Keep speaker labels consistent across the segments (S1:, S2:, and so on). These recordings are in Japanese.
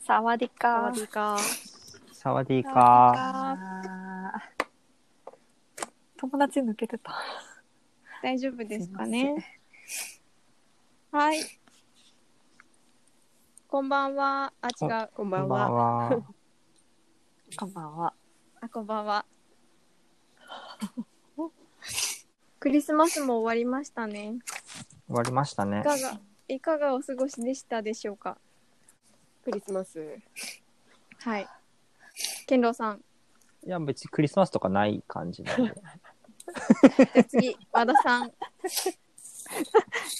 S1: サワディ
S2: サワ
S1: カ
S2: ディーカー。
S3: サワディーカ
S2: あ
S1: ー友達抜けてた
S2: 大丈夫ですかね。はい。こんばんは。あ、違う。こん
S3: ー。
S2: ば
S3: こん
S2: ん
S3: ばん
S2: は。
S3: は。
S1: こんばんは
S2: あ、こんばんは。 クリスマスも終わりましたね。
S3: 終わりましたね
S2: い。かが、いかがお過ごしでしたでしょうか。
S4: クリスマス。
S2: はい。健郎さん。
S3: いや、別にクリスマスとかない感じなんで。
S2: じゃあ次、和田さん。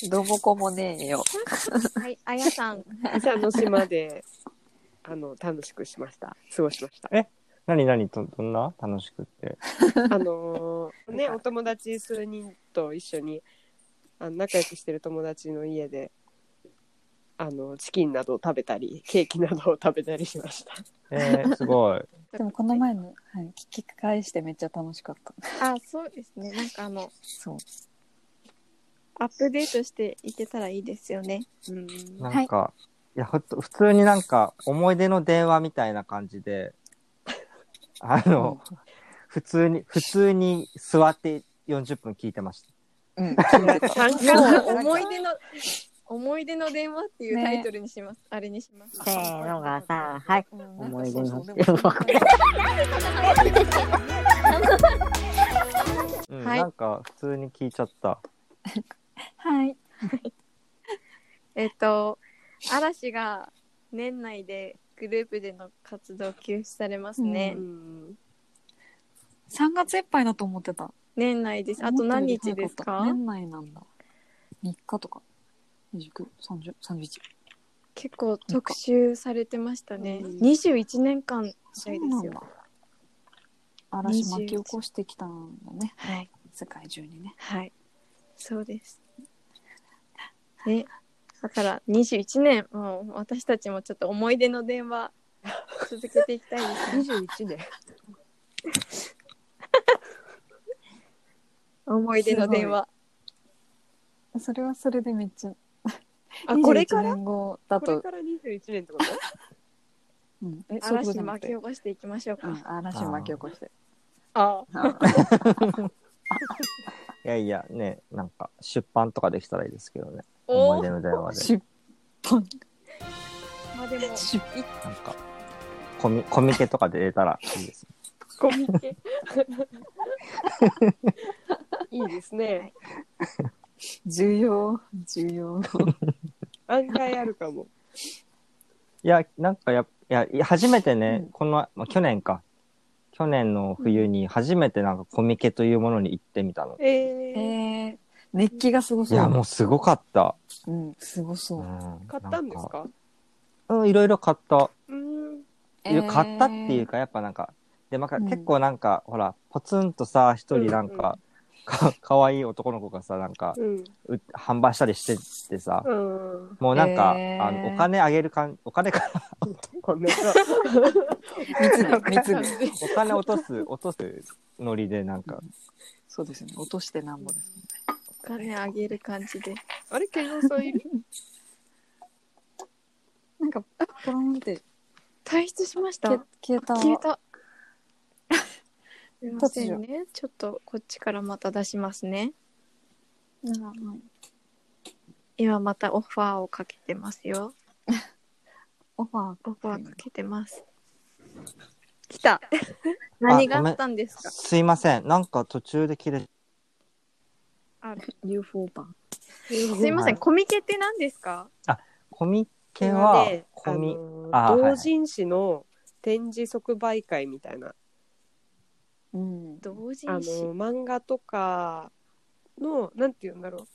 S1: どここもねえよ
S2: はい、あやさん。
S4: じゃあ、の 島で、あの、楽しくしました。過ごしました。
S3: 何何とどんな楽しくって。
S4: あのーね、お友達数人と一緒に、あの仲良くしてる友達の家で、あの、チキンなどを食べたり、ケーキなどを食べたりしました。
S3: え ー、すごい。
S1: でもこの前の、はい、聞き返してめっちゃ楽しかった
S2: あ、そうですね。なんかあの、
S1: そう
S2: アップデートしていけたらいいですよね。
S4: うん
S3: なんか、い、やふと、普通になんか、思い出の電話みたいな感じ で、あの、普通に、普通に座って40分聞いてました。
S1: うん
S4: 参
S2: も
S4: 加
S2: う思い出の、 思い出の電話っていうタイトルにします。あれにします。
S5: せーのがさ、はい。思い出の電話
S3: うん、
S2: はい
S3: なんか、普通に聞いちゃった。
S1: はい
S2: えっと、嵐が年内でグループでの活動休止されますね。
S4: うん
S1: 3月いっぱいだと思ってた
S2: 年内です。あと何日ですか
S1: 年内なんだ3日とか293031
S2: 結構特集されてましたね。
S4: うん
S2: 21年間みた
S1: そ
S2: いうで
S1: な
S2: す
S1: ん
S2: よ
S1: だ。嵐巻き起こしてきたんだね
S2: はい。
S1: 世界中にね
S2: はい。そうです。ね。だから21年、もう私たちもちょっと思い出の電話続けていきたいですね。
S4: 21年。
S2: 思い出の電話。
S1: それはそれでめっちゃ
S2: あ、これから
S1: 21年後だ
S4: これ
S1: と、
S4: から21年ってこと
S1: うん、えそういうこと
S2: 嵐
S1: じゃなく
S2: 巻き
S1: て
S2: 起こしていきましょう
S1: う
S2: か。
S1: ん嵐を巻き起こして
S2: あ
S3: いやいや、ね、なんか、出版とかできたらいいですけどね。思
S2: お
S3: い出
S2: ー
S3: の電話で。
S1: 出版
S2: まあでも、
S1: 出
S3: なんか、コミ、コミケとかで出たらいいです。
S4: コミ ケ。いいですね。
S1: 重要重要
S4: 案外あるかも。
S3: いや、なんかや、いや、初めてね、
S1: うん
S3: この、まあ、去年か。去年の冬に初めてなんかコミケというものに行ってみたの。
S4: え
S1: え
S4: ー、
S1: ー、熱気がすご
S3: い
S1: そう
S3: や、もうすごかった。
S1: うんすごそうう、
S3: ん
S4: 買ったんですか
S3: うん、いろいろ買った。
S4: うん。
S3: いろいろ買ったっていうか、やっぱなんか、で、まあ、結構なんか、ほら、ポツンとさ、一人なんか、か、かわいい男の子がさ、なんか、
S4: うん。
S3: う販売したりしててさ、
S4: うん。
S3: もうなんか、
S1: へー
S3: あの、お金あげるかん、お金か、
S4: こんなさ。
S1: 三つ三つ
S3: お金落とす、落とすノリでなんか、
S1: そうですよね落としてなんぼですもんね
S2: お金あげる感じで。
S4: あれ、健郎さんいる
S1: なんかポロンって
S2: 退出しました
S1: け。消えた
S2: 消えた。すいま せ
S1: 突
S2: んね。ちょっとこっちからまた出しますね。今またオファーをかけてますよ。
S1: オファー
S2: オファーかけてます。来た。何があったんですか。
S3: すいません、なんか途中で切れ、
S1: UFO 版
S2: すいません。コミケって何ですか。
S3: コミケは、コミ、あ
S4: あ
S3: はい
S4: の同人誌の展示即売会みたいな、
S1: うん
S2: 同人
S4: あの
S2: 誌。
S4: 漫画とかのなんて言うんだろう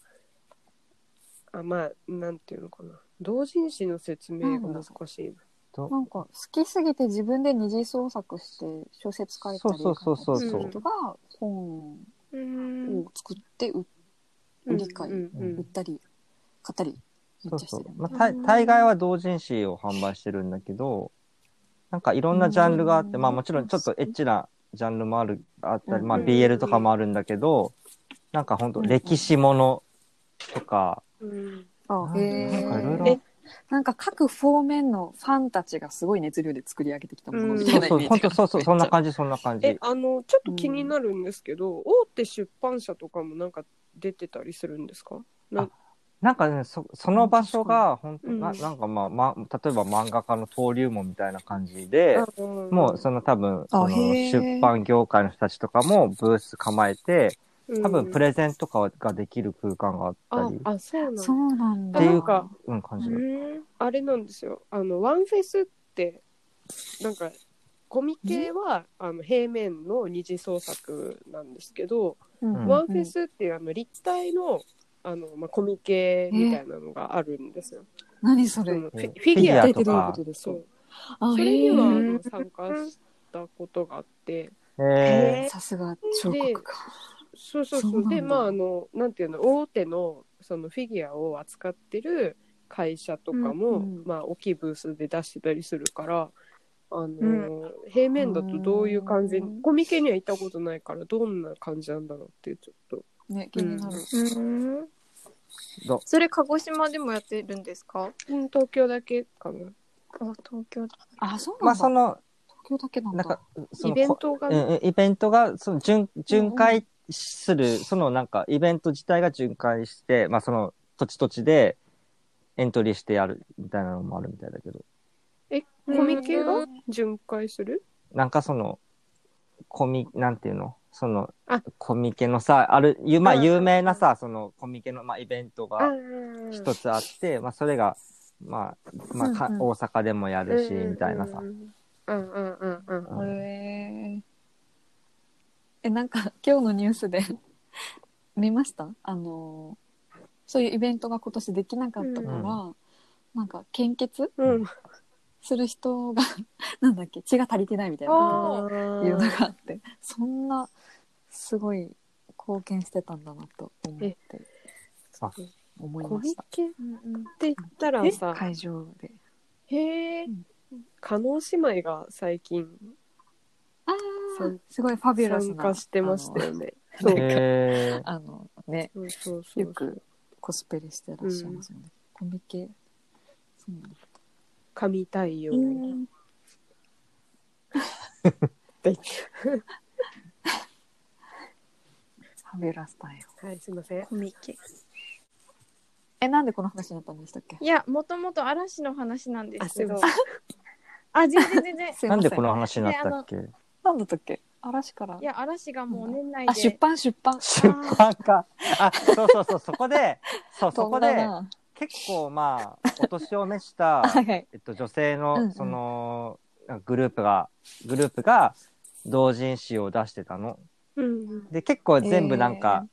S4: あまあなんていうのかな同人誌の説明が難しいな
S1: なんか好きすぎて自分で二次創作して小説書いたり
S3: そうそうそうそう
S4: そう
S1: 人が本
S2: うーん。
S1: を作って売
S4: うん
S1: 理解
S4: うんう
S1: 売っ
S4: ん
S1: たり買ったりめ
S3: そ
S1: っ
S3: う
S1: ちゃし
S3: そ
S1: て
S3: う
S1: るよね、
S3: まあ、大
S2: うん
S3: 大概は同人誌を販売してるんだけどなんかいろんなジャンルがあって、
S1: うん
S3: まあもちろんちょっとエッチなジャンルもあるあったり、まあ、
S4: うん
S3: BL とかもあるんだけどなんかほんと
S1: うん
S3: 歴史ものとか、
S4: うん
S1: あ
S3: なん
S1: へ
S3: なんかいろい
S1: え
S3: ろ
S1: なんか各方面のファンたちがすごい熱量で作り上げてきたものみたい
S3: そ
S1: うなイ
S3: そう、
S1: メージ
S3: 本当そうそう、そんな
S1: じ。
S3: 感じ、そんな感
S4: え
S3: じ。
S4: あのちょっと気になるんですけど、大手出版社とかもなんか出てたりするんですか
S3: なんかね、そその場所が、本当
S4: うん
S3: ななんかまあ、ま、例えば漫画家の登竜門みたいな感じで、もうその多分、その
S1: へー
S3: 出版業界の人たちとかもブース構えて、
S4: うん
S3: 多分プレゼンとかができる空間があったり、
S4: ああそうなんだ
S1: そうなんだ。
S3: ってい
S4: なん
S3: う
S4: か
S3: うん、感じ
S2: う
S3: る。
S2: ん
S4: あれなんですよあのワンフェスってなんかコミケはあの平面の二次創作なんですけど、
S1: うん
S4: ワンフェスっていうあの立体のあの、まあ、コミケみたいなのがあるんですよ。
S1: 何それ
S4: そのフィ
S3: うん
S4: フィギュア
S3: フィギュア
S1: 出
S3: と
S1: て
S3: か
S1: どういうことです
S4: そ
S1: か
S4: う
S1: あ
S4: それにはあ
S2: へ
S1: へ
S4: の
S2: ー
S4: 参加したことがあって
S3: え
S1: えさすが彫刻家。
S4: そうそうそう
S1: そうなんだ
S4: でまああのなんていうの大手のそのフィギュアを扱ってる会社とかも、
S1: うんうん
S4: まあ、大きいブースで出してたりするから。あの平面だとどういう感じ
S1: うん
S4: コミケには行ったことないからどんな感じなんだろうってちょっと
S1: ね、気になる。
S2: うん
S3: ど
S2: それ鹿児島でもやってるんですか
S4: うん東京だけかな
S2: あ東京だ
S1: あ、そうな
S3: まあ
S1: ん
S3: そ
S1: だ。
S3: の、
S1: 東京だけなん
S3: なん
S1: だ
S3: か。、そ
S4: イ
S3: の
S4: ベントが
S3: う
S4: ね、
S3: んうんイベントが、その巡、巡回する、そのなんか、イベント自体が巡回して、まあその、土地土地でエントリーしてやるみたいなのもあるみたいだけど、
S4: えコミケ
S2: う
S4: が
S2: ん
S4: 巡回する
S3: なんかその、コミ、なんていうのその
S4: あ、
S3: コミケのさ、ある、ゆまあ
S4: うん
S3: 有名なさ、そのコミケの、まあイベントが一
S4: つ
S3: つあって、まあそれが、まあ、まあか
S1: うんうん
S3: 大阪でもやるし、みたいなさ
S4: う。んうんうんうんうん
S3: うん
S1: へえ。え、なんか今日のニュースで見ましたあの、そういうイベントが今年できなかったから、
S3: う
S1: なんか献血
S4: うん
S1: する人が、 なんだっけ、血が足りてないみたいな
S2: あ
S1: いうの
S4: あ
S1: があって、そんなすごい貢献してたんだなと思って
S3: あ
S1: 思い
S4: コ
S1: ま
S4: ミ
S1: した。
S4: ケっ
S2: うんうん
S4: て言ったらさ
S1: 会場で。
S4: へえ
S1: うん
S4: 加納姉妹が最近
S1: あ
S4: さ
S1: あ
S4: ん、
S1: すごいファビュラス
S4: 参
S1: な。
S4: 加してましたよね
S1: あの
S4: そう
S3: へー
S1: あのあのね、
S4: そうそうそう
S1: よくコスプレしてらっしゃいますよね。コミケ。そうなんだ
S4: 神太陽
S1: 大丈夫ファビュラスタイル。
S4: はいすいません
S2: コミケ
S1: え、なんでこの話になったんでしたっけ
S2: いやもともと嵐の話なんで
S4: あ
S2: す
S4: す
S2: け
S4: いま
S2: ど
S4: せん
S2: あ全然全然
S1: すいま
S3: な
S1: せ
S3: んでこの話になったっけ
S1: なんだったっけ嵐から
S2: い。や嵐がもう年内で
S1: あ、出版出版。
S3: 出版か。あ、そうそうそう、そこで、そう、そこ
S1: 飛ん
S3: で
S1: だ、な
S3: 結構まあ、お年を召した、
S1: はいはい。
S3: えっと、女性
S1: うんうん
S3: の、その、グループが、グループが、同人誌を出してたの。
S4: うんうん
S3: で、結構全部なんか、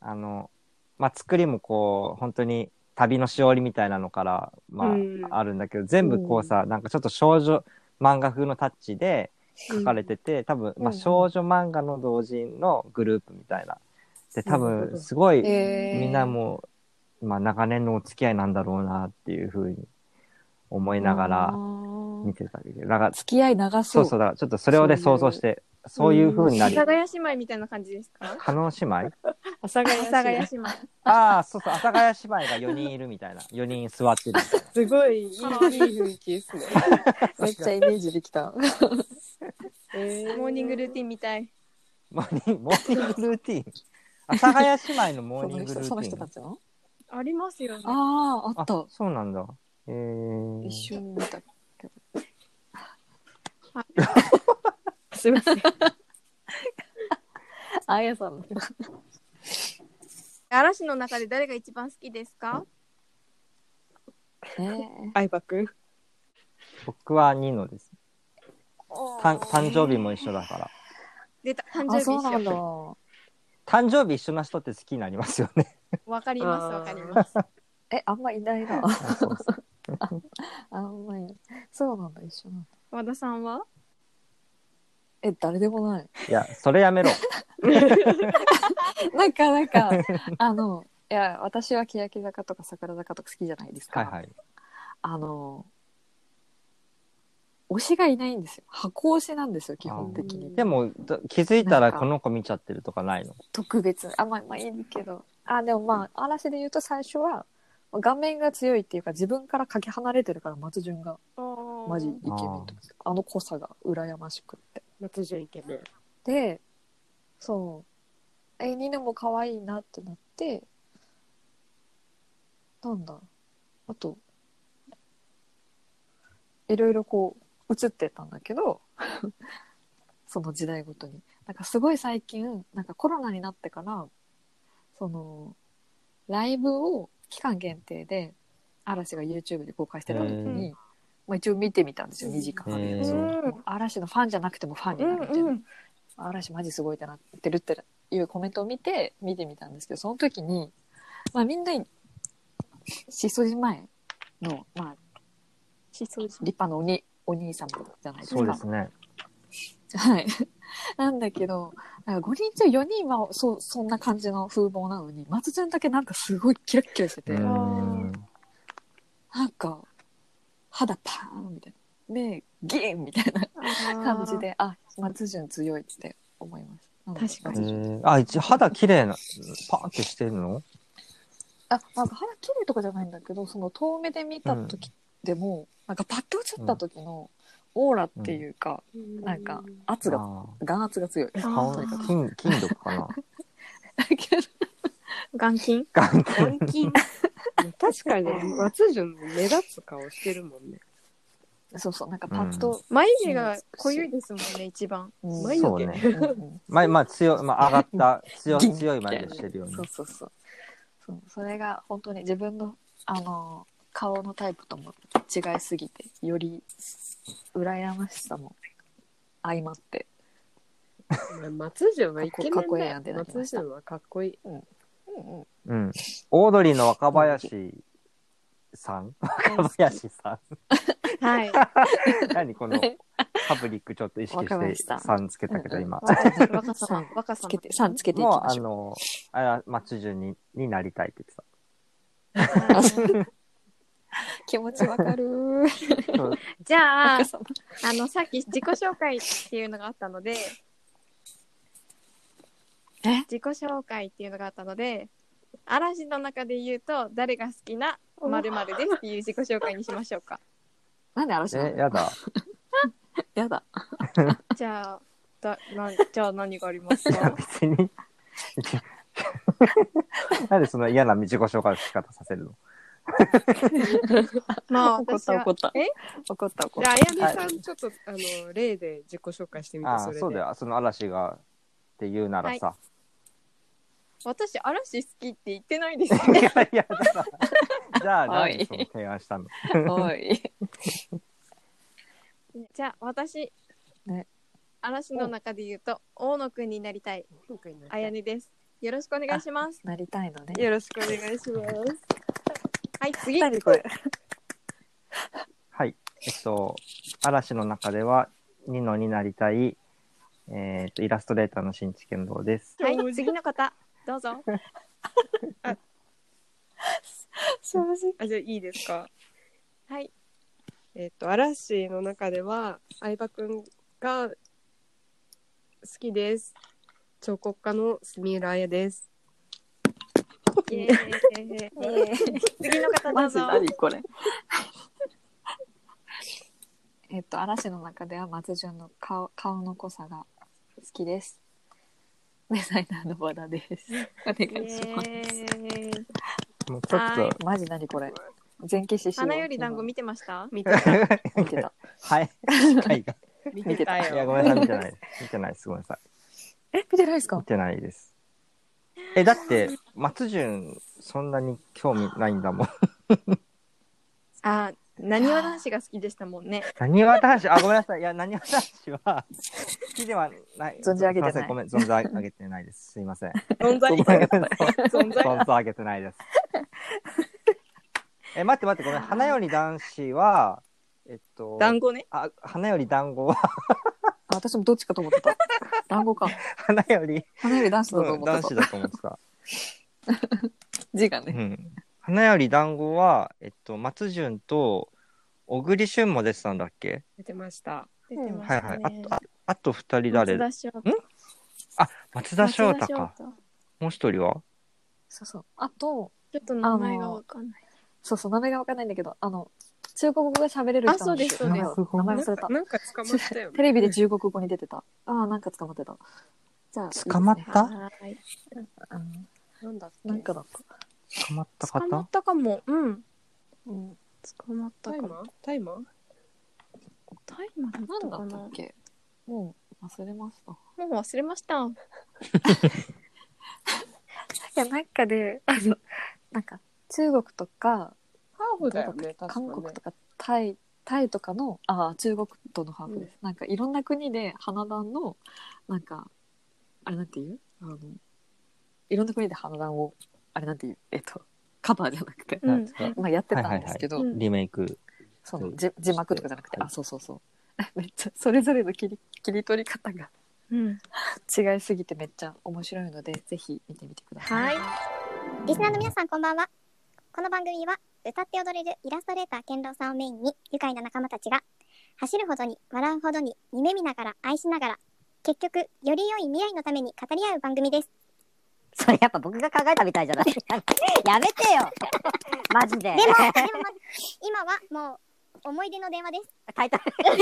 S3: あの、まあ、作りもこう、本当に、旅のしおりみたいなのから、まあ、
S4: うん
S3: あるんだけど、全部こうさ、なんかちょっと少女漫画風のタッチで書かれてて、多分、
S1: うんう
S3: ま
S1: ん
S3: あ、少女漫画の同人のグループみたいな。で、多
S4: なるほど
S3: 分、すごい、
S1: えー
S3: みんなもう、まあ、長年のお付き合いなんだろうなっていうふうに思いなが
S1: あ
S3: ら
S1: ー
S3: 見てたけど、だから、
S1: 付き合い長そ。
S3: そううそう、だからちょっとそれをね、
S1: そうい
S3: 想
S1: う
S3: 像して、そういうふうにな
S2: 阿
S3: り
S2: 佐、ヶ谷姉妹みたいな感じですか
S3: 可能姉妹
S4: 阿
S2: 阿佐
S4: 佐ヶ
S2: ヶ谷
S4: 谷
S2: 姉
S4: 姉
S2: 妹
S3: ああ、そうそう、阿佐ヶ谷姉妹が4人いるみた いな、4人座ってるみたいな。
S4: すごいいいいい雰囲気で すね
S1: めっちゃイメージできた。
S4: え
S2: モーニングルーティンみたい
S3: モー ニングモーニングルーティン。阿佐ヶ谷姉妹のモ
S1: そ
S3: ーニン
S1: の
S3: グ
S1: 人
S3: ルー
S1: その
S3: ティ
S1: 人た
S3: ン。
S1: ちの
S2: ありますよね
S1: ああ、あった
S3: あ。、そうなんだ。えー、
S1: 一瞬見た。
S4: すいません
S1: あやさんの。
S2: 嵐の中で誰が一番好きですか
S1: え
S4: 相葉くん
S3: 僕はニノです。誕誕生日も一緒だから。
S2: 出た誕
S1: ー、
S2: 生
S1: あ、そう
S2: 日
S1: なん
S2: 一
S1: だ
S2: 緒。
S3: 誕生日一緒な人って好きになりますよ ね。
S2: わかりますわかります
S1: え、あんまいないな。
S3: そうそう
S1: あんまり。そうなんだ、一緒なんだ。
S2: 和田さんは
S1: え、誰でもない。
S3: いや、それやめろ。
S1: なんか、なん か、あの、いや、私は欅坂とか桜坂とか好きじゃないですか。
S3: はいはい。
S1: あの、推しがいないんですよ。箱推しなんですよ、基本的に。
S3: でも、ど気づいたらこの子見ちゃってるとかないの
S1: 特別あまあまあいいけどあでもまあ嵐で言うと最初は画面が強いっていうか自分からかけ離れてるから松潤がマジイケメンとかあの濃さが羨ましくって
S4: 松潤イケメン。
S1: でそうえニヌも可愛いなってなってなんだあといろいろこう映ってたんだけど その時代ごとになんかすごい最近なんかコロナになってからそのライブを期間限定で嵐が YouTube で公開してた時に、まあ、一応見てみたんですよ2時間あるやつを、
S3: へー
S1: 嵐のファンじゃなくてもファンになるみたいな、嵐マジすごいってなってるっていうコメントを見て見てみたんですけどその時に、まあ、みんな失踪時前の、まあ、
S2: しそうじ
S1: 立派なおにお兄様じゃないです
S3: そうで
S1: か。
S3: すね。
S1: はい、 なんだけどなんか5人中4人はそうそんな感じの風貌なのに松潤だけなんかすごいキラッキラしてて、
S3: うーん
S1: なんか肌パーンみたいな目ギーンみたいな感じ。であ松潤強いって思います。うん
S2: 確か
S3: え
S2: に
S3: ー、あ、一肌綺麗な、パーンってしてるの
S1: あなんか肌綺麗とかじゃないんだけどその遠目で見た時でも、なんかパッと映った時のオーラっていうか、なんか圧が
S3: あ
S1: 眼圧が強い。
S2: あ
S3: ー
S2: ー
S3: 顔の筋筋力 かな。
S1: だけど
S2: 眼筋
S3: 眼
S4: 眼筋確かにね松潤目立つ顔してるもんね。
S1: そうそうなんかパッと、
S2: 眉毛が濃ゆいですもんね、一番。
S1: うん
S4: 眉毛
S3: そうね。
S1: うんうん
S3: まあ、まあ、強い、まあ、上がった、強
S1: ギ
S3: い、
S1: ン
S3: 強い眉毛してるよね
S1: そ。うそうそうそうそれが本当に自分のあの顔のタイプとも違いすぎてより羨ましさも相まって
S4: 松潤はイケメンだ
S1: かっこいいやんってなりま
S4: 松
S1: した
S4: 潤はかっこいい。
S1: うんうん
S3: うん。オードリーの若林さん若林さ
S2: はい。
S3: ん 何このパブリックちょっと意識
S1: 若林
S3: し
S1: さん
S3: て、さんつけたけど、今。
S2: 若さま。若
S1: つ
S2: さ
S1: けてさんつけていき
S3: もう、
S1: ま
S3: あ
S1: しょう
S3: の、あれは松潤にになりたいって
S2: ま。
S1: 気持ちわかる
S3: 言ってた。
S2: じゃあ
S1: 若、さま
S2: あの、さっき自己紹介っていうのがあったので、
S1: え
S2: 自己紹介っていうのがあったので、嵐の中で言うと、誰が好きな〇〇ですっていう自己紹介にしましょう か。
S1: なんで嵐な
S3: え、
S1: の
S3: やだ。
S1: やだ
S2: じゃあ、だなじゃあ何があります
S3: いや、
S2: か
S3: 別に。 なんでその嫌な自己紹介の仕方させるの
S2: まあ、
S1: 怒っ
S2: 私
S1: た
S2: は
S1: 怒った
S2: え
S1: 怒った怒っ
S4: じゃあ、
S1: た
S4: あやめさん、ちょっと、あの、例で自己紹介してみて、
S3: あ
S4: そ
S3: あ、
S4: れで。
S3: そうだよ。その嵐がって言うならさ。
S2: 私、嵐好きって言ってない ですよ。
S3: い、やいや、だからじゃあ、
S1: お
S3: 何
S1: い
S3: その提案したの
S1: おい
S2: じゃあ、私、
S1: ね
S2: 嵐の中で言うと、大野くんになりたい、
S4: 今回ね
S2: あやねです。よろしくお願いします。
S1: なりたいのね
S4: よろしくお願いします。
S2: はい、次。
S1: 何これ
S3: はい。えっと、嵐の中では、ニノになりたい、えっと、イラストレーターの新地健郎です。
S2: はい、次の方、どう ぞ。
S1: 正直
S4: あ、じゃあ、いいですか。
S2: はい。
S4: えっ、と、嵐の中では、相葉くんが好きです。彫刻家の杉浦彩です。
S2: イエーイ 次の方ど
S1: マ
S2: う
S1: ジ
S2: ぞ。
S1: 何これ えっと嵐の中では松潤の顔顔の濃さが好きです デザイナーの和田 ですお
S2: イエ
S1: 願いします
S2: ーイ
S3: もうちょっ
S2: は
S3: と
S2: い、
S1: マジ何これ全消ししよう
S2: 花より団子見てました
S4: 見てた。
S1: 今見てた
S3: はい。はい。
S4: 見てた
S3: いや、
S4: よ。
S3: ごめんなさい、見てない。見てないです。ごめんなさい。
S1: え見てないですか
S3: 見てないです。え、だって、松潤、そんなに興味ないんだもん。
S2: あなにわ男子が好きでしたもん ね。
S3: なにわ男子、あ、ごめんなさい。いや、なにわ男子は、好きではない。
S1: 存じ上げてない
S3: すませんごめん、存じ上げてないです。すいません。
S4: 存在
S3: ごめんなさい
S4: 存在
S3: 存じ上げてないです。え、待って待って、ごめん。花より男子は、えっと、
S2: 団子ね。
S3: あ、花より団子は、
S1: あ私もどっちかと思ってた団子か
S3: 花より、
S1: 花よりダンスだと
S3: う
S1: 思
S3: ん
S1: ってた
S3: 男子だと思ってた。
S1: 字が
S3: う
S1: ね
S3: ん。花より団子は、えっと、松潤と、小栗旬も出てたんだっけ
S4: 出てました。
S2: 出てまし
S3: はい
S2: た
S3: はい
S2: ね。。
S3: あと、ああと二人
S2: 松
S3: 誰
S2: 田翔太。
S3: 松田翔太
S2: 松
S3: か。もう一人は
S1: そうそうあと
S2: ちょっと名前がわかんない。
S1: そうそう、名前がわかんないんだけど、あの、中国語が喋れる人なん
S2: あそうです
S1: よ名前忘れた。
S4: なんか捕まったよ ね
S1: テレビで中国語に出てた。ああ、なんか捕まってた。じゃあ、
S3: 捕まっ
S1: いいですね
S3: た
S2: はい
S1: うん
S4: なんだっけ
S1: なんかだった。
S3: 捕まった
S2: 捕ま
S3: 方
S2: ったかもうん
S1: うん、
S2: 捕まった
S4: タイ
S2: か
S4: マ
S2: も
S4: ータイマー
S2: 大麻だった
S1: なんだ
S2: か
S1: った
S2: な
S1: っけもう忘れました。
S2: もう忘れました
S1: いや、なんかで、あの、なんか、中国とか、
S4: ハーフだよね確かね
S1: 韓国とかタイ、タイとかの、ああ、中国とのハーフです。なんか、いろんな国で花壇の、なんか、あれなんていうあの、いろんな国で花壇を、あれなんていうえっと、カバーじゃなくて、
S2: うん
S3: なんですか
S1: まあ、やってたんですけど、
S2: はいはいはいうん
S3: リメイク。
S1: そ
S3: そ
S1: の
S3: う
S1: 字字幕とかじゃなくて、
S3: はい
S1: あ、そうそうそう。 めっちゃ、それぞれの切り切り取り方が
S2: うん
S1: 違いすぎてめっちゃ面白いので、ぜひ見てみてください。
S2: はい
S6: リスナーの皆さんこんばんは。この番組は歌って踊れるイラストレーター健郎さんをメインに愉快な仲間たちが走るほどに笑うほどに夢見ながら愛しながら結局より良い未来のために語り合う番組です。
S5: それやっぱ僕が考えたみたいじゃない やめてよ マジで
S6: でもでもま今はもう思い出の電話です。
S5: タイトルタ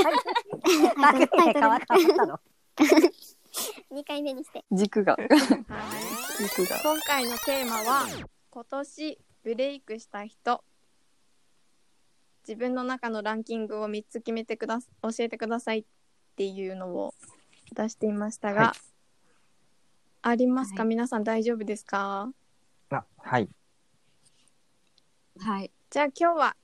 S5: イトル変わった変わったの
S6: 2回目にして。
S1: 軸が、
S2: はい
S1: 軸が。
S2: 今回のテーマは今年ブレイクした人自分の中のランキングを3つ決めてくださ教えてくださいっていうのを出していましたが、
S3: は
S2: ありますか、
S1: はい
S2: 皆さん大丈夫ですか
S3: あ、はい。
S1: はい。
S2: じゃあ今日は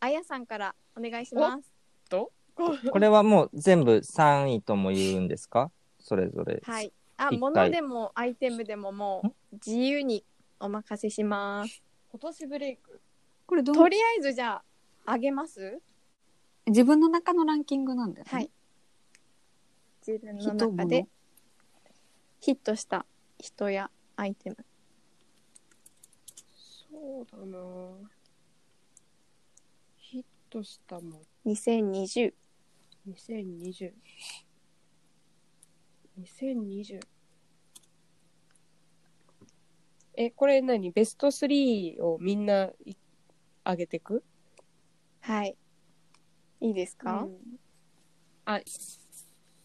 S2: あやさんからお願いします
S3: これはもう全部3位とも言うんですかそれぞれ。
S2: はい。あ
S3: 一回
S2: 物でもアイテムでももう自由にお任せします
S4: 今年ブレイク
S1: これど
S2: と
S1: う
S2: りあえずじゃああげます
S1: 自分の中のランキングなんだよね。
S2: はい。自分の
S1: 人
S2: 中
S1: 物
S2: でヒットした人やアイテム。
S4: そうだなぁヒットしたもん
S2: 2020。
S4: 2020 2020えこれ何ベスト3をみんない上げてく
S2: はい。いいですか、
S4: うんあ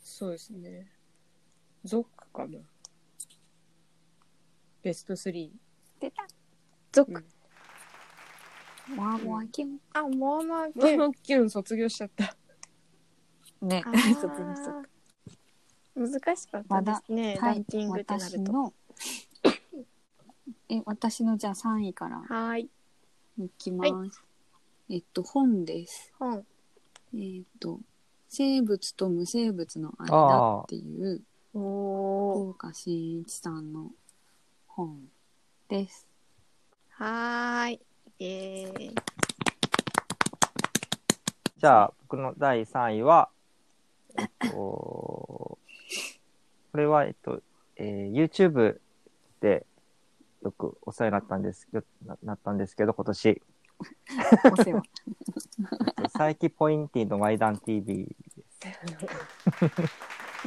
S4: そうですねゾックかなベスト3
S1: 出た。
S2: ゾック。
S1: モアモアキュン。
S2: あ、モ ーマー
S4: も
S2: 君。
S4: うキュン卒業しちゃった
S1: ね
S2: あ
S1: ちょっと見せちゃっ
S2: ー難しかったですね
S1: た。。
S2: ラ
S1: は
S2: ン
S1: い
S2: キングってな
S1: 私
S2: ると。
S1: の。え、私のじゃあ3位から
S2: はい。
S1: いきます。えっと、本です。
S2: 本。
S1: えっと、生物と無生物の間っていう、
S2: おー。
S1: 福岡新一さんの本です。
S2: はーい。え ーイ、
S3: じゃあ、僕の第3位は、えっと、これは、えっと、えー YouTube でよくお世話になったんです、よななったんですけど、今年、
S1: お世 話。
S3: 佐伯ポインティのワイダン TV です。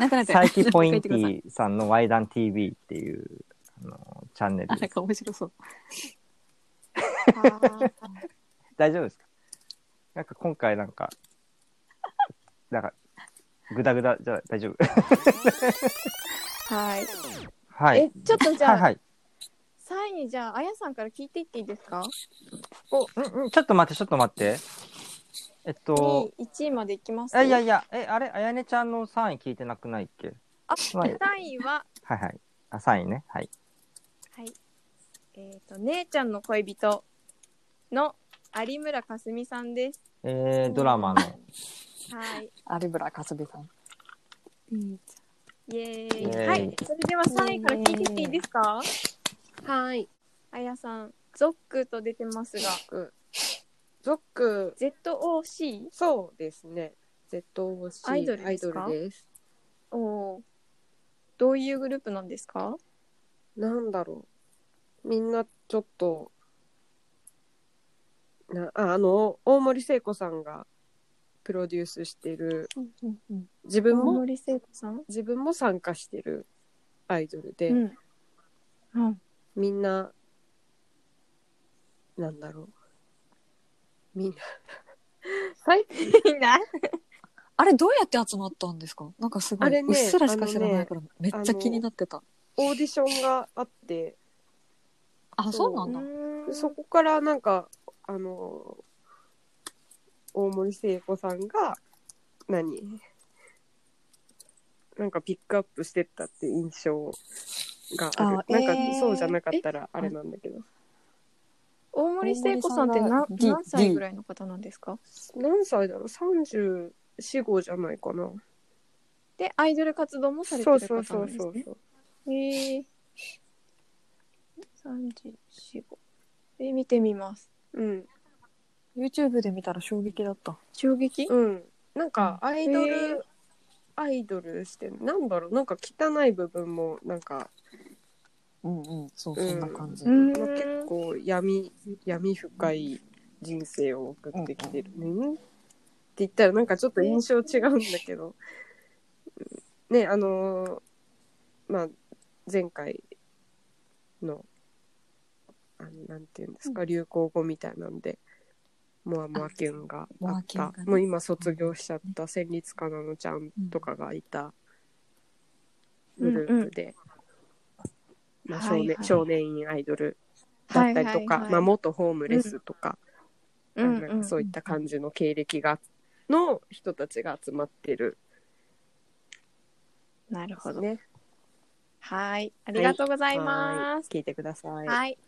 S1: なんとなく。
S3: 佐伯ポインテ
S1: もう一回言ってください。
S3: ィさんのワイダン TV っていう、あの、チャンネ
S1: あ、
S3: ル
S1: な
S3: で
S1: ん
S3: す。
S1: か面白そう。
S2: は
S3: 大丈夫ですかなんか今回なんか、なんか、グダグダじゃない大丈夫。
S2: ーい。
S3: は
S2: え
S3: い。、
S2: ちょっとじ
S3: はい
S2: ゃ
S3: は
S2: あ、
S3: い。
S2: 最後にじゃあ、あやさんから聞いていっていいですか
S3: お、うんうん、ちょっと待って、ちょっと待って。えっと、
S2: ?2 位、1位までいきます
S3: えいやいや、え、あれ、あやねちゃんの3位聞いてなくないっけ
S2: あ、
S3: まあ
S2: 3位は、
S3: はいはい。あ、3位ね。はい。
S2: はい。えっ、と、姉ちゃんの恋人の有村架純さんです。
S3: えー、ドラマの。
S2: はい。
S1: 有村かすびさん。
S2: イエーイ。
S3: イエーイ
S2: はい。それでは3位から聞いていっていいですか
S4: はい
S2: あやさん、ゾックと出てますが、
S4: ゾック
S2: ZOC?
S4: そうですね ZOC
S2: アイドルですか
S4: アイドルです
S2: おーどういうグループなんですか
S4: なんだろう。みんなちょっと、なああの、大森聖子さんがプロデュースしてる、自
S2: 大
S4: 分も、
S2: 森聖子さん
S4: 自分も参加してるアイドルで、
S2: うん。うん。
S4: みんな、なんだろう。みんな
S1: 最
S2: いな。
S1: あれどうやって集まったんですかなんかすご
S4: あ
S1: い、
S4: れね
S1: うっすらしか知らないからめっちゃ気になってた。
S4: オーディションがあって
S1: あ
S4: の
S1: そうな
S2: うん
S1: だ。
S2: ーん
S4: そこからなんかあの大森聖子さんが何なんかピックアップしてったって印象がある
S1: あ
S4: なんか、
S1: えー
S4: そうじゃなかったらあれなんだけど
S2: 大森聖子さんってな
S1: 大森さんが D
S2: 何歳ぐらいの方なんですか
S4: 何歳だろう34 5じゃないかな
S2: でアイドル活動もされて
S4: そ
S2: る
S4: うそ
S2: 方なん
S4: うそう
S2: です
S4: そう
S2: ね
S4: そう
S2: へえ3時4 5え見てみます
S4: うん
S1: YouTube で見たら衝撃だった。
S2: 衝撃
S4: うん、なんかアイドル、
S2: へー
S4: アイドルしてなんだろうなんか汚い部分もなんか、
S1: うんうん、そう、
S4: うん
S1: そんな感じ。
S2: ん
S4: まあ、結構闇闇深い人生を送ってきてるね、んって言ったらなんかちょっと印象違うんだけど、ねあのーまあ前回のあのなんていうんですか、流行語みたいなんで。モアモアキュンがあ
S1: モ
S4: っ
S1: アキュ
S4: た
S1: ンがね
S4: もう今卒業しちゃった戦慄かなのちゃんとかがいたグループで、まあ、少
S2: はい
S4: 年
S2: はい
S4: 少年院アイドルだったりとか、
S2: はいはいはい
S4: まあ、元ホームレスとか,、
S2: うんうん
S4: なんかそういった感じの経歴がの人たちが集まってる
S2: なる
S4: で
S2: ほ
S4: す
S2: ど
S4: ね。
S2: はいありがとうございま
S4: は
S2: す
S4: い聞いてください。
S2: はいはい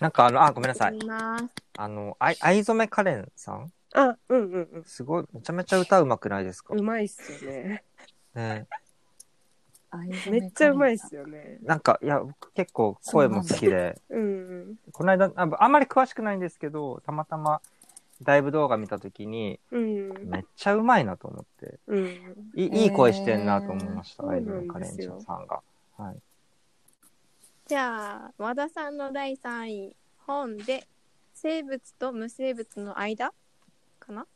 S3: なんかあの、あ、ごめんな
S2: あ
S3: さい
S2: り。がとうございます
S3: あの、あい藍染めカレンさん
S4: あうんうんうん
S3: すごい、めちゃめちゃ歌うまくないですか
S4: うまいっすよね。
S3: ね
S4: めっちゃうまいっ
S1: す。
S4: すよね。
S3: なんか、いや、僕結構声も好きで、
S4: うん
S3: この間あ、あんまり詳しくないんですけど、たまたまライブ動画見たときに、
S4: うんうん
S3: めっちゃうまいなと思って、
S4: うん。
S3: いいいい声してんなと思いました、
S4: えー
S3: アイドルカレンちゃんさんが。はい。
S2: じゃあ和田さんの第3位本で生物と無生物の間かな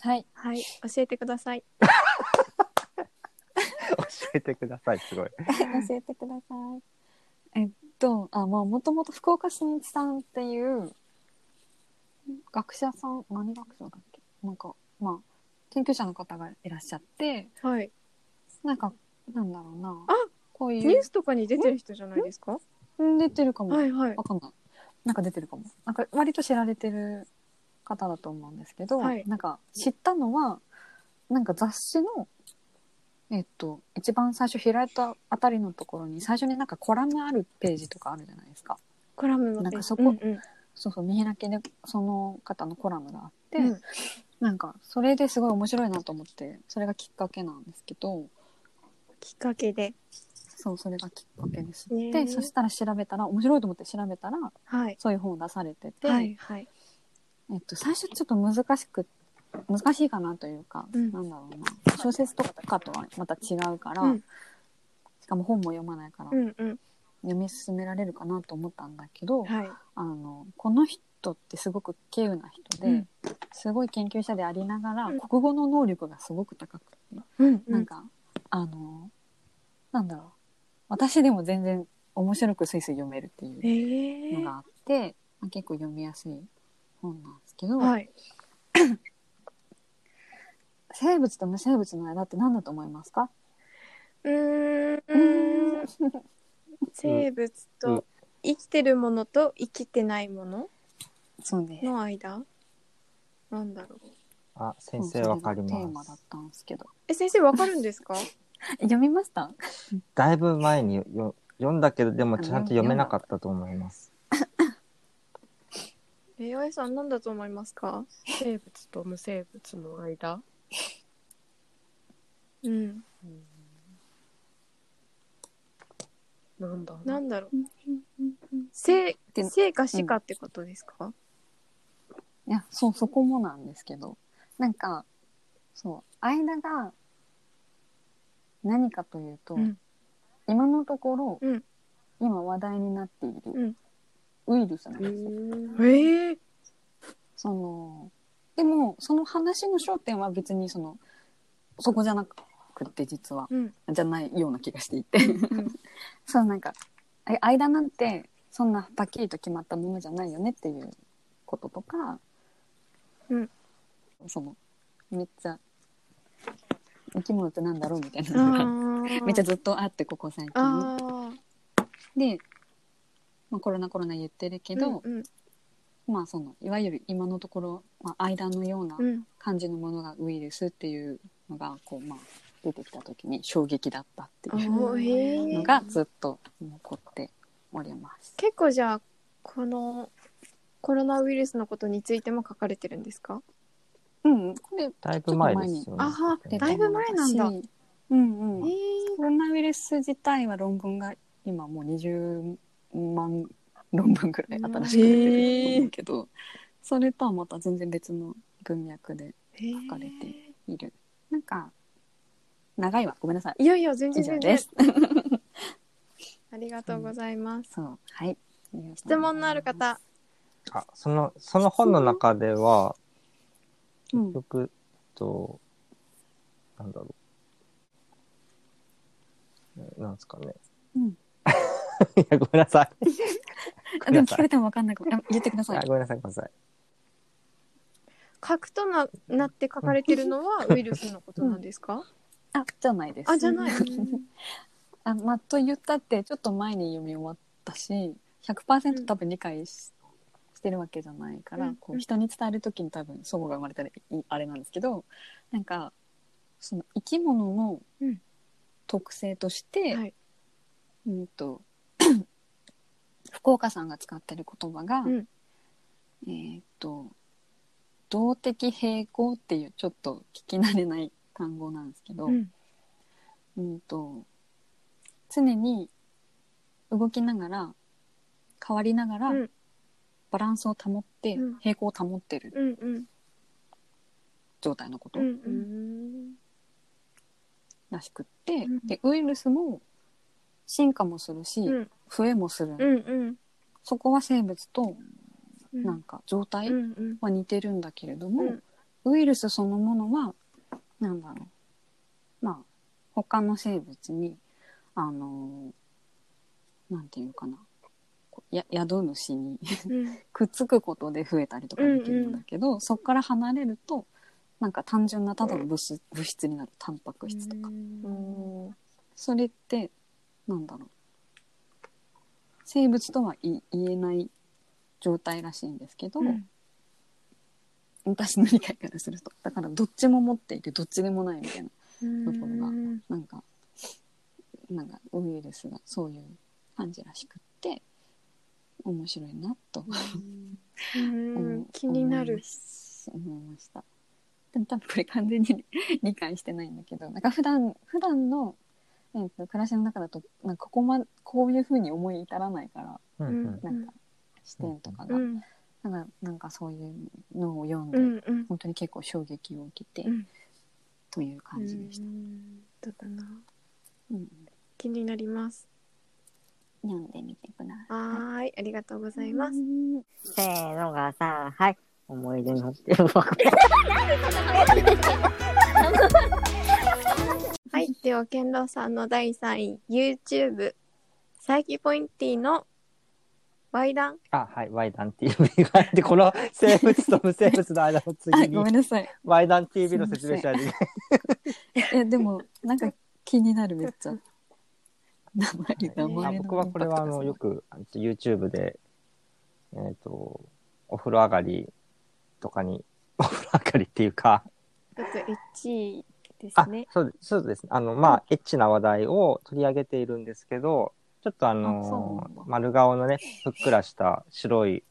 S1: はい。
S2: はい教えてください
S3: 教えてください、すごい。
S1: 教えてください。えっと、あ、まあ、もともと福岡新一さんっていう学者さん、何学者だっけなんか、まあ、研究者の方がいらっしゃって、
S2: はい
S1: なんか、なんだろうな。
S2: あ
S1: こう
S2: ニュ
S1: い
S2: ースとかに出てる人じゃないですか
S1: う、出てるかも。
S2: はいはい
S1: わかんない。なんか出てるかも。なんか割と知られてる方だと思うんですけど、
S2: はい
S1: なんか知ったのは、なんか雑誌の、えっと、一番最初開いたあたりのところに、最初になんかコラムあるページとかあるじゃないですか。
S2: コラムのページ
S1: なんかそこ
S2: うんうん
S1: そうそう、見開きでその方のコラムがあって、
S2: うん
S1: なんかそれですごい面白いなと思って、それがきっかけなんですけど、
S2: きっかけで
S1: そう、それがきっかけです。
S2: ね
S1: で、そしたら調べたら、面白いと思って調べたら、
S2: はい
S1: そういう本を出されてて、
S2: はいはい
S1: えっと、最初ちょっと難しく難しいかなというか、
S2: うん
S1: なんだろうな小説とかとはまた違うから、
S2: うん
S1: しかも本も読まないから
S2: うんうん
S1: 読み進められるかなと思ったんだけど、
S2: はい
S1: あのこの人ってすごく稀有な人で、
S2: うん
S1: すごい研究者でありながら、
S2: うん
S1: 国語の能力がすごく高くて、
S2: うんう
S1: なん
S2: ん
S1: かあのなんだろう私でも全然面白くスイスイ読めるっていう
S2: え
S1: の
S2: ー
S1: があって、まあ結構読みやすい本なんですけど。
S2: はい
S1: 生物と無生物の間って何だと思いますか
S2: う ーん生物
S3: うん
S2: と生きてるものと生きてないもの
S1: そうね。
S2: の間なんだろう
S3: あ、先生わかり
S1: テーマ
S3: ま
S1: だっ
S3: す。
S1: たんですけど。
S2: え先生わかるんで すか
S1: 読みました
S3: だいぶ前によ読んだけど、でもちゃんと読めなかったと思います。
S2: えあやさん何だと思いますか
S4: 生物と無生物の
S2: う
S4: 間、
S2: ん
S4: うんなんだろう
S2: なんだろう生
S1: で
S2: 生か死かってことですか、
S1: いや、そう、そこもなんですけど。なんか、そう、間が何かというと、
S2: うん
S1: 今のところ、
S2: うん
S1: 今話題になっている、ウイルスなん
S4: う
S1: ですよ。
S4: ん
S2: ええ
S1: その、でも、その話の焦点は別にその、そこじゃなくって実は、
S2: うん
S1: じゃないような気がしていて。
S2: うん
S1: そうなんかあ間なんてそんなパッキリと決まったものじゃないよねっていうこととか
S2: うん
S1: そのめっちゃ生き物ってなんだろうみたい
S2: あ
S1: なのが
S2: ー
S1: めっちゃずっとあってここ最近
S2: あー
S1: で、まあ、コロナコロナ言ってるけど、
S2: うん
S1: まあそのいわゆる今のところ、まあ、間のような
S2: うんうん
S1: 感じのものがウイルスっていうのがこうまあ出てきた時に衝撃だったって
S2: あ
S1: いう
S2: ーへー
S1: のがずっと残っております。
S2: 結構じゃあこのコロナウイルスのことについても書かれてるんですか
S1: うん、これ
S3: だいぶ前ですよね。
S2: あは
S3: 出た
S2: だいぶ前なんだ
S1: しうんうん
S2: え。ー
S1: コロナウイルス自体は論文が今もう20万論文ぐらい新しく出てると思うけど、 それとはまた全然別の文脈で
S2: 書
S1: かれている。なんか長いわごめんなさい。
S2: いやいや全
S1: 以
S2: 然
S1: 上
S2: 全
S1: で
S2: 然
S1: す。
S2: ありがとうございます
S1: そうはい。
S2: 質問のある。方
S3: あその、その本の中では、
S1: うん
S3: 結局、えっと、なんだろう。なんですかね。
S1: うん
S3: いや、ごめんなさい。
S1: あでも聞かれてもわかんないからあ言ってください
S3: あ。ごめんなさい、ごめんなさい。
S2: 核とななって書かれてるのはウイルスのことなんですか、
S1: あじゃないです。
S2: あじゃない
S1: あまあと言ったってちょっと前に読み終わったし100%多分理解し,、してるわけじゃないから、
S2: うん
S1: こ
S2: う
S1: うん人に伝える時に多分祖母が生まれたらいいあれなんですけどなんかその生き物の
S2: うん
S1: 特性として、
S2: はい
S1: うんと 福岡さんが使ってる言葉が、
S2: うん
S1: えーっと動的平衡っていうちょっと聞き慣れない単語なんですけど、
S2: うん
S1: うんと常に動きながら変わりながら
S2: うん
S1: バランスを保って
S2: うん
S1: 平衡を保ってる
S2: うんうん
S1: 状態のこと
S2: うんうん
S1: らしくって、
S2: ん
S1: でウイルスも進化もするし、
S2: うん
S1: 増えもする、
S2: うんうん
S1: そこは生物と
S2: うん
S1: なんか状態
S2: うんうん
S1: は似てるんだけれども、
S2: うん
S1: ウイルスそのものはなんだろうまあ他の生物にあのなんていうかなこうや宿主に
S2: うん
S1: くっつくことで増えたりとかできるんだけど、そこから離れるとなんか単純なただの物質,、物質になるタンパク質とか、
S2: おー
S1: それってなんだろう生物とは言い言えない状態らしいんですけど、
S2: うん
S1: 私の理解からするとだからどっちも持っていてどっちでもないみたいな
S2: うん
S1: ところがなんかなんかウイルスがそういう感じらしくって面白いなと
S2: うん気にな
S1: 思い
S2: る
S1: ま。す思いましたでも多分これ完全に理解してないんだけどなんか普段普段の、えーと暮らしの中だとなんかここ、ま、こういうふうに思い至らないから
S3: うんうん。
S1: なんか視点とか
S2: う
S1: が、
S2: ん
S1: なんかなんかそういうのを読んで、
S2: うんうん。
S1: 本当に結構衝撃を受けて、
S2: うん
S1: という感じでした。
S2: うんどうだな。
S1: うん
S2: 気になります。
S1: 読んでみてください。
S2: はーい、ありがとうございます。
S5: せーのがさ、はい。思い出のっていうわ
S2: はい、では健郎さんの第3位 YouTube 佐伯ポインティのワイダン
S3: あ、はい、ワイダン TV があって、この生物と無生物の間の
S1: あ、
S3: 次
S1: ご
S3: に
S1: め、んな さい。
S3: ワイダン TV の説明しないで。
S1: え、でも、なんか気になる、めっ ちゃ。名前、名前
S3: あ
S1: の
S3: 僕はこれはあの
S1: イン
S3: よ
S1: パク
S3: くあの YouTube で、えー、とお風呂上がりとかにお風呂上がりっていうか
S2: ちょっとエッチです
S3: あ
S2: ね。
S3: そうですそうですねあのまあ、エッチな話題を取り上げているんですけどちょっとあ
S1: あそうなん
S3: の
S1: だ
S3: 丸顔のねふっくらした白い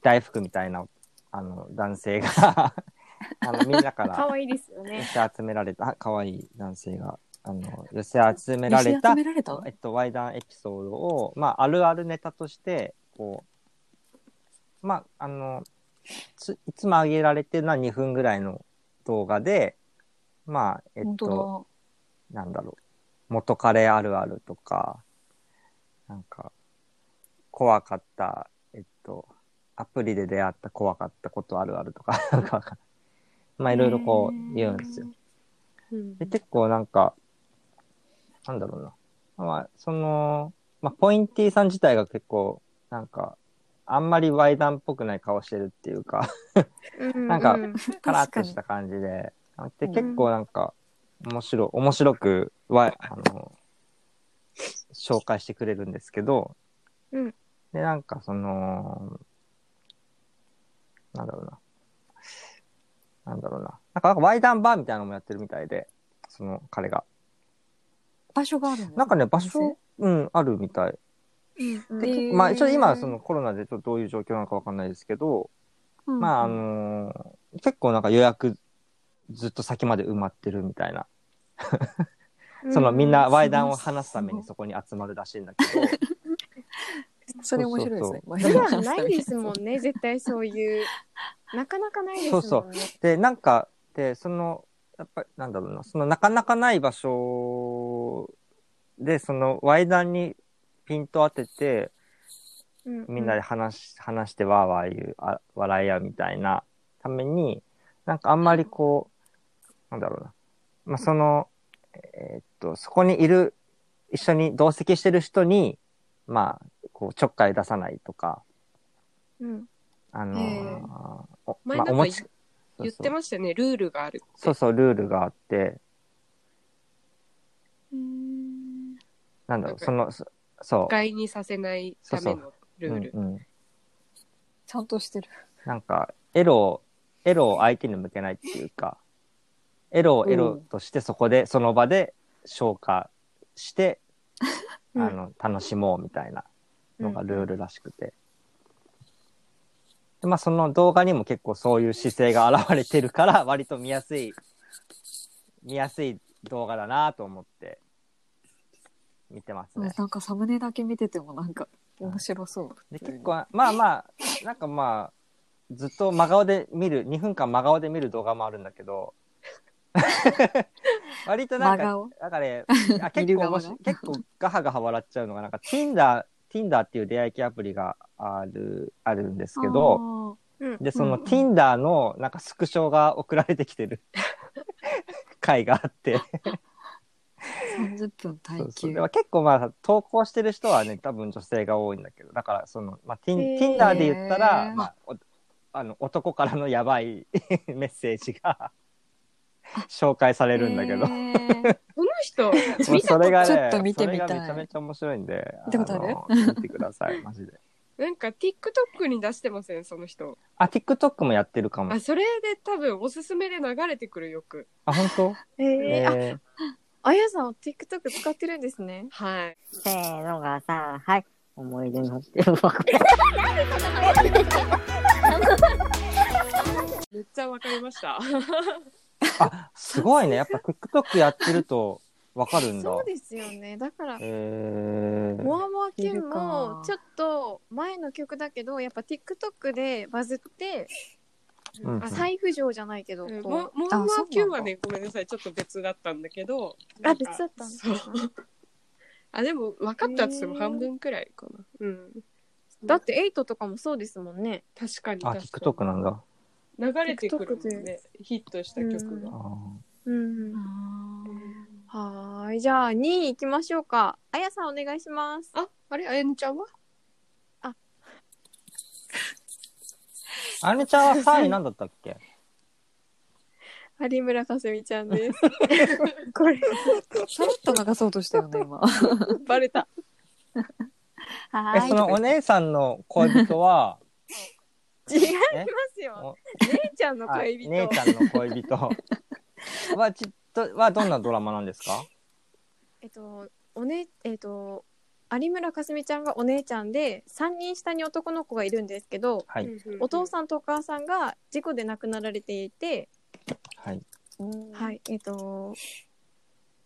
S3: 大福みたいなあの男性が あのみんなから
S2: 可愛いですよね。
S3: 寄せ集められた、あ可愛い男性が、あの、寄せ集め
S1: ト
S3: られた
S1: 寄せ集、められた
S3: えっと、ワイダンエピソードを、まあ、あるあるネタとして、こう、まあ、あの、ついつも上げられてるのは2分ぐらいの動画で、まあ、えっ
S1: 本
S3: と、
S1: 当
S3: なんだろう、元カレあるあるとか、なんか、怖かった、えっと、アプリで出会った怖かったことあるあるとか、 なんかわかんない、まあ、いろいろこう言うんですよ。で結構なんか、なんだろうな。まあ、その、まあ、ポインティーさん自体が結構、なんか、あんまりワイダンっぽくない顔してるっていうか、なんかカラッとした感じで。で、
S1: うん
S3: 結構なんか、面白、面白くは、あの、紹介してくれるんですけど、
S2: うん
S3: で、なんかその、なんだろうな。なんだろうな。なんか、なんかワイダンバーみたいなのもやってるみたいで、その彼が。
S1: 場所があるの
S3: なんかね、場所、うん、あるみたい。で
S1: へー
S3: まあ、ちょっと今はそのコロナでちょっとどういう状況なのかわかんないですけど、
S1: うん
S3: まあ、あのー結構なんか予約ずっと先まで埋まってるみたいな。そのみんなワイダンを話すためにそこに集まるらしいんだけど、
S1: それ面白いですね。
S2: 普段ないですもんね絶対そういうなかなかないですもんね
S3: そうで、なんか、で、その、やっぱりなんだろうな、そのなかなかない場所で、そのワイダンにピント当てて、
S2: うん
S3: みんなで話し、話してわーわー言う、あ笑い合うみたいなために、なんかあんまりこう、なんだろうな。まあ、その、えーっと、そこにいる、一緒に同席してる人に、まあ、こう、ちょっかい出さないとか、
S2: うん
S3: あの
S4: ええ
S3: ーお
S4: 前
S3: まあ、
S4: なんか
S3: おもち、
S4: 言ってましたよねルールがあるって
S3: そうそう、ルールがあって、なんだろう、その、そそ
S4: 不快にさせないための
S3: う、
S4: ルール
S3: うんうん。
S1: ちゃんとしてる。
S3: なんか、エロを、エロを相手に向けないっていうか、エロをエロとしてそこで、その場で消化して、
S2: うん
S3: あの、楽しもうみたいなのがルールらしくて。でまあ、その動画にも結構そういう姿勢が現れてるから、割と見やすい、見やすい動画だなと思って、見てますね。
S1: なんかサムネだけ見ててもなんか面白そう。
S3: で結構まあまあなんかまあずっと真顔で見る2分間真顔で見る動画もあるんだけど 割となん
S1: 真
S3: か
S1: 顔。
S3: なんかねあ
S1: 見
S3: 結
S1: る
S3: 構
S1: 側が
S3: 面白い結構ガハガハ笑っちゃうのがなんか Tinder, Tinder っていう出会い系アプリがあるあるんですけど
S1: ど、
S3: でその
S1: うん
S3: Tinder のなんかスクショが送られてきてる 回があって
S1: 30分耐
S3: そうそう
S1: 久
S3: で。も結構まあ投稿してる人はね多分女性が多いんだけどだからその、まあ、ティン
S2: へー
S3: Tinder で言ったら、まあ、おあの男からのやばい メッセージが紹介されるんだけ
S1: へ
S3: ど、
S1: ー
S4: この
S3: も
S4: 人
S3: うそれがね
S1: ちょっと見てみたい
S3: それがめちゃめちゃ面白いんで
S1: 見たことある
S3: の見てくださいマジで
S4: なんか TikTok に出してませんその人
S3: あ TikTok もやってるかも
S4: あそれで多分おすすめで流れてくるよく
S3: あ本当
S2: えー、あ
S3: えー
S2: あやさんは TikTok 使ってるんですね
S4: はい
S5: せーのがさ、はい。思い出のっていうわ
S4: めっちゃわかりました
S3: あすごいねやっぱ TikTok やってるとわかるんだ
S2: そうですよねだから
S3: えー
S2: モアモアキュン
S1: いるか
S2: もちょっと前の曲だけどやっぱ TikTok でバズって、
S3: うんうん
S2: あ再浮上じゃないけど、
S4: うん
S2: こ
S4: ももう
S1: あそうな
S4: ま
S1: んだ
S4: あ9はねごめんなさいちょっと別だったんだけど
S2: う
S4: な
S2: あ
S4: んか
S2: 別だったんだ
S4: そうあでも分かったっつっても半分くらいかなうん
S2: だってエイトとかもそうですもんね
S4: 確かに
S3: あ
S4: 確か
S3: TikTok なんだ
S4: に流れてくるもんねヒットした曲
S3: あ
S4: が
S3: ー
S2: うん
S1: あ
S2: はーいじゃあ2位行きましょうかあやさんお願いします
S4: ああれあやねちゃんは
S3: あねちゃんは3位なんだったっけ
S2: 有村架純ちゃんです これ
S1: ーさらっと流そうとしたよね、今。
S2: バレた
S3: え、
S1: は
S3: そのお姉さんの恋 人は、
S2: 違いますよ
S3: お
S2: 姉ちゃんの
S3: あ
S2: 恋人
S3: 姉ちゃんの 恋人は、ちっと、はどんなドラマなんですか
S2: えっとおねえっと有村架純ちゃんがお姉ちゃんで3人下に男の子がいるんですけど
S3: はい。
S2: お父さんとお母さんが事故で亡くなられていて、
S3: はい。
S2: はいえっと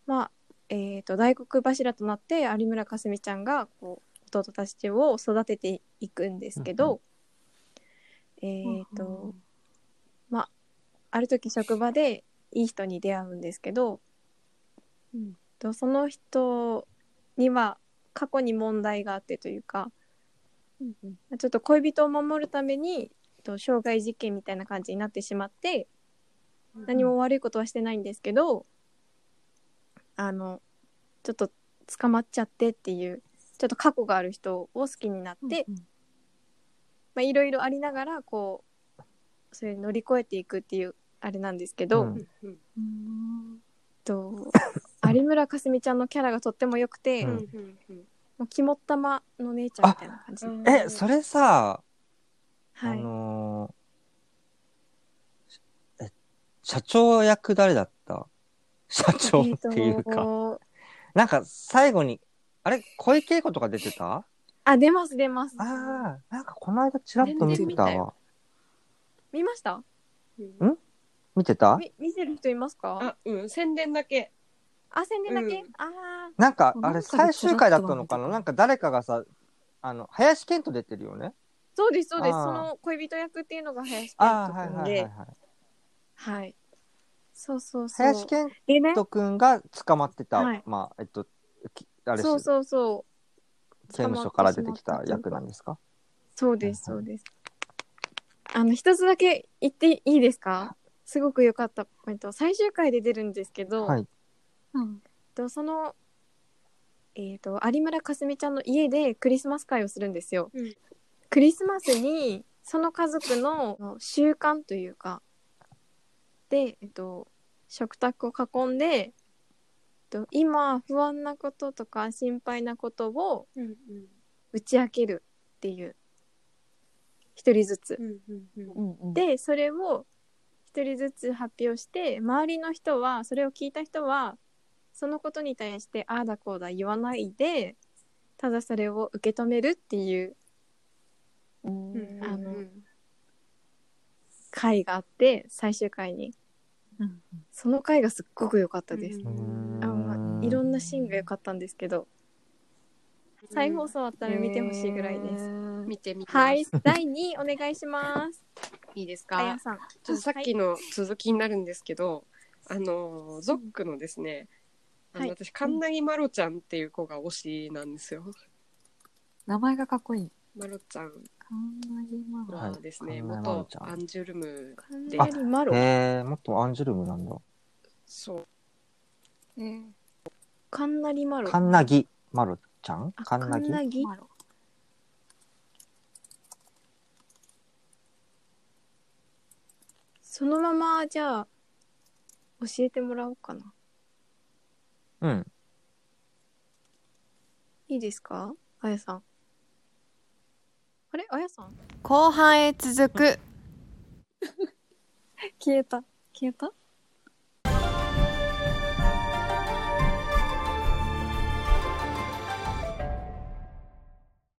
S2: まあえっと大黒柱となって有村架純ちゃんがこう弟たちを育てていくんですけど、えっとある時職場でいい人に出会うんですけど、とその人には過去に問題があってというか、ちょっと恋人を守るためにと傷害事件みたいな感じになってしまって何も悪いことはしてないんですけどあのちょっと捕まっちゃってっていうちょっと過去がある人を好きになって、まあ、いろいろありながらこうそれに乗り越えていくっていうあれなんですけど、
S3: うん
S4: うん
S2: と有村架純ちゃんのキャラがとっても良くて、
S3: う
S4: うん
S2: も
S4: んうんうん
S2: う肝っ玉の姉ちゃんみたいな感じ、
S4: うん
S3: え、それさ、
S2: は
S3: あ
S2: い、
S3: のーえ社長役誰だった社長ってい
S2: え
S3: う
S2: ー
S3: か、
S2: と
S3: なんか最後に、あれ、小池栄子とか出てた
S2: あ出ます出ます
S3: ああ、なんかこの間ちらっと見
S1: 全
S3: てた
S1: 然見た
S3: わ
S1: よ。
S2: 見ました
S4: うん
S3: 見てた
S2: み見てる人いますか
S4: あ、うん、宣伝だけ。
S2: あ宣伝だけ、
S4: うん
S2: あ
S3: なんか
S1: そう
S3: あ
S1: な
S3: れ
S1: んかで
S3: 最終回だった
S1: ち
S3: のか
S1: らっとは見た
S3: ななんか誰かがさ、あの、林健人出てるよね。
S2: ーそうですそうです
S3: あー
S2: その恋人役っていうのが林
S3: あ
S2: 健人
S3: あ、
S2: 君
S3: はいはいはい、
S2: で
S3: はい。
S2: はいそうそうそう
S3: 林健
S2: でね
S3: 人君が捕まってた、
S2: はい
S3: まあ、えっと、きあれ
S2: そうそうそう
S3: 刑務所から出てきた役なんですか
S2: そうですそうですあの一つだけ言っていいですかすごく良かったポイント最終回で出るんですけど、
S3: はい。
S2: とその、えー、と有村架純ちゃんの家でクリスマス会をするんですよ、
S4: うん
S2: クリスマスにその家族のの習慣というかで、えっと食卓を囲んで、えっと今不安なこととか心配なことを
S4: うん
S2: 打ち明けるっていう一人ずつ、
S4: うんうんうん
S1: うんうん、
S2: でそれを一人ずつ発表して周りの人はそれを聞いた人はそのことに対してああだこうだ言わないでただそれを受け止めるっていう
S1: うん
S4: う
S1: うん
S4: ん。
S2: あの
S4: うん
S2: 回があって最終回に
S1: うん
S2: その回がすっごく良かったです、
S4: う
S3: うーん
S2: あまあ、いろんなシーンが良かったんですけど再放送あったら見てほしいぐらいです、
S1: す。
S4: 見てみて
S2: はい第2位お願いします
S4: いいです
S2: あ
S4: か
S2: やさん
S4: ちょっとさっきの続きになるんですけど、あのゾックのですね、あ
S2: は
S4: の
S2: い
S4: 私神谷まろちゃんっていう子が推しなんですよ。
S1: 名前がかっこいい。
S4: まろちゃん
S1: かんなぎまろ
S4: はです
S3: はい
S4: ね、
S3: 神谷まろ
S4: 元
S3: ちゃん
S4: アンジュルム
S2: 完
S4: で
S2: 全にマロ
S3: えー、もっとアンジュルムなんだ。
S4: そう
S2: カンナリマロ
S3: カンナギマロちゃん
S2: あ
S3: カンナギ
S2: カンナギ
S7: マロ
S2: そのままじゃあ教えてもらおうかな
S3: うん。
S2: いいですかあやさんあれあやさん
S8: 後半へ続く
S1: 消えた。消えた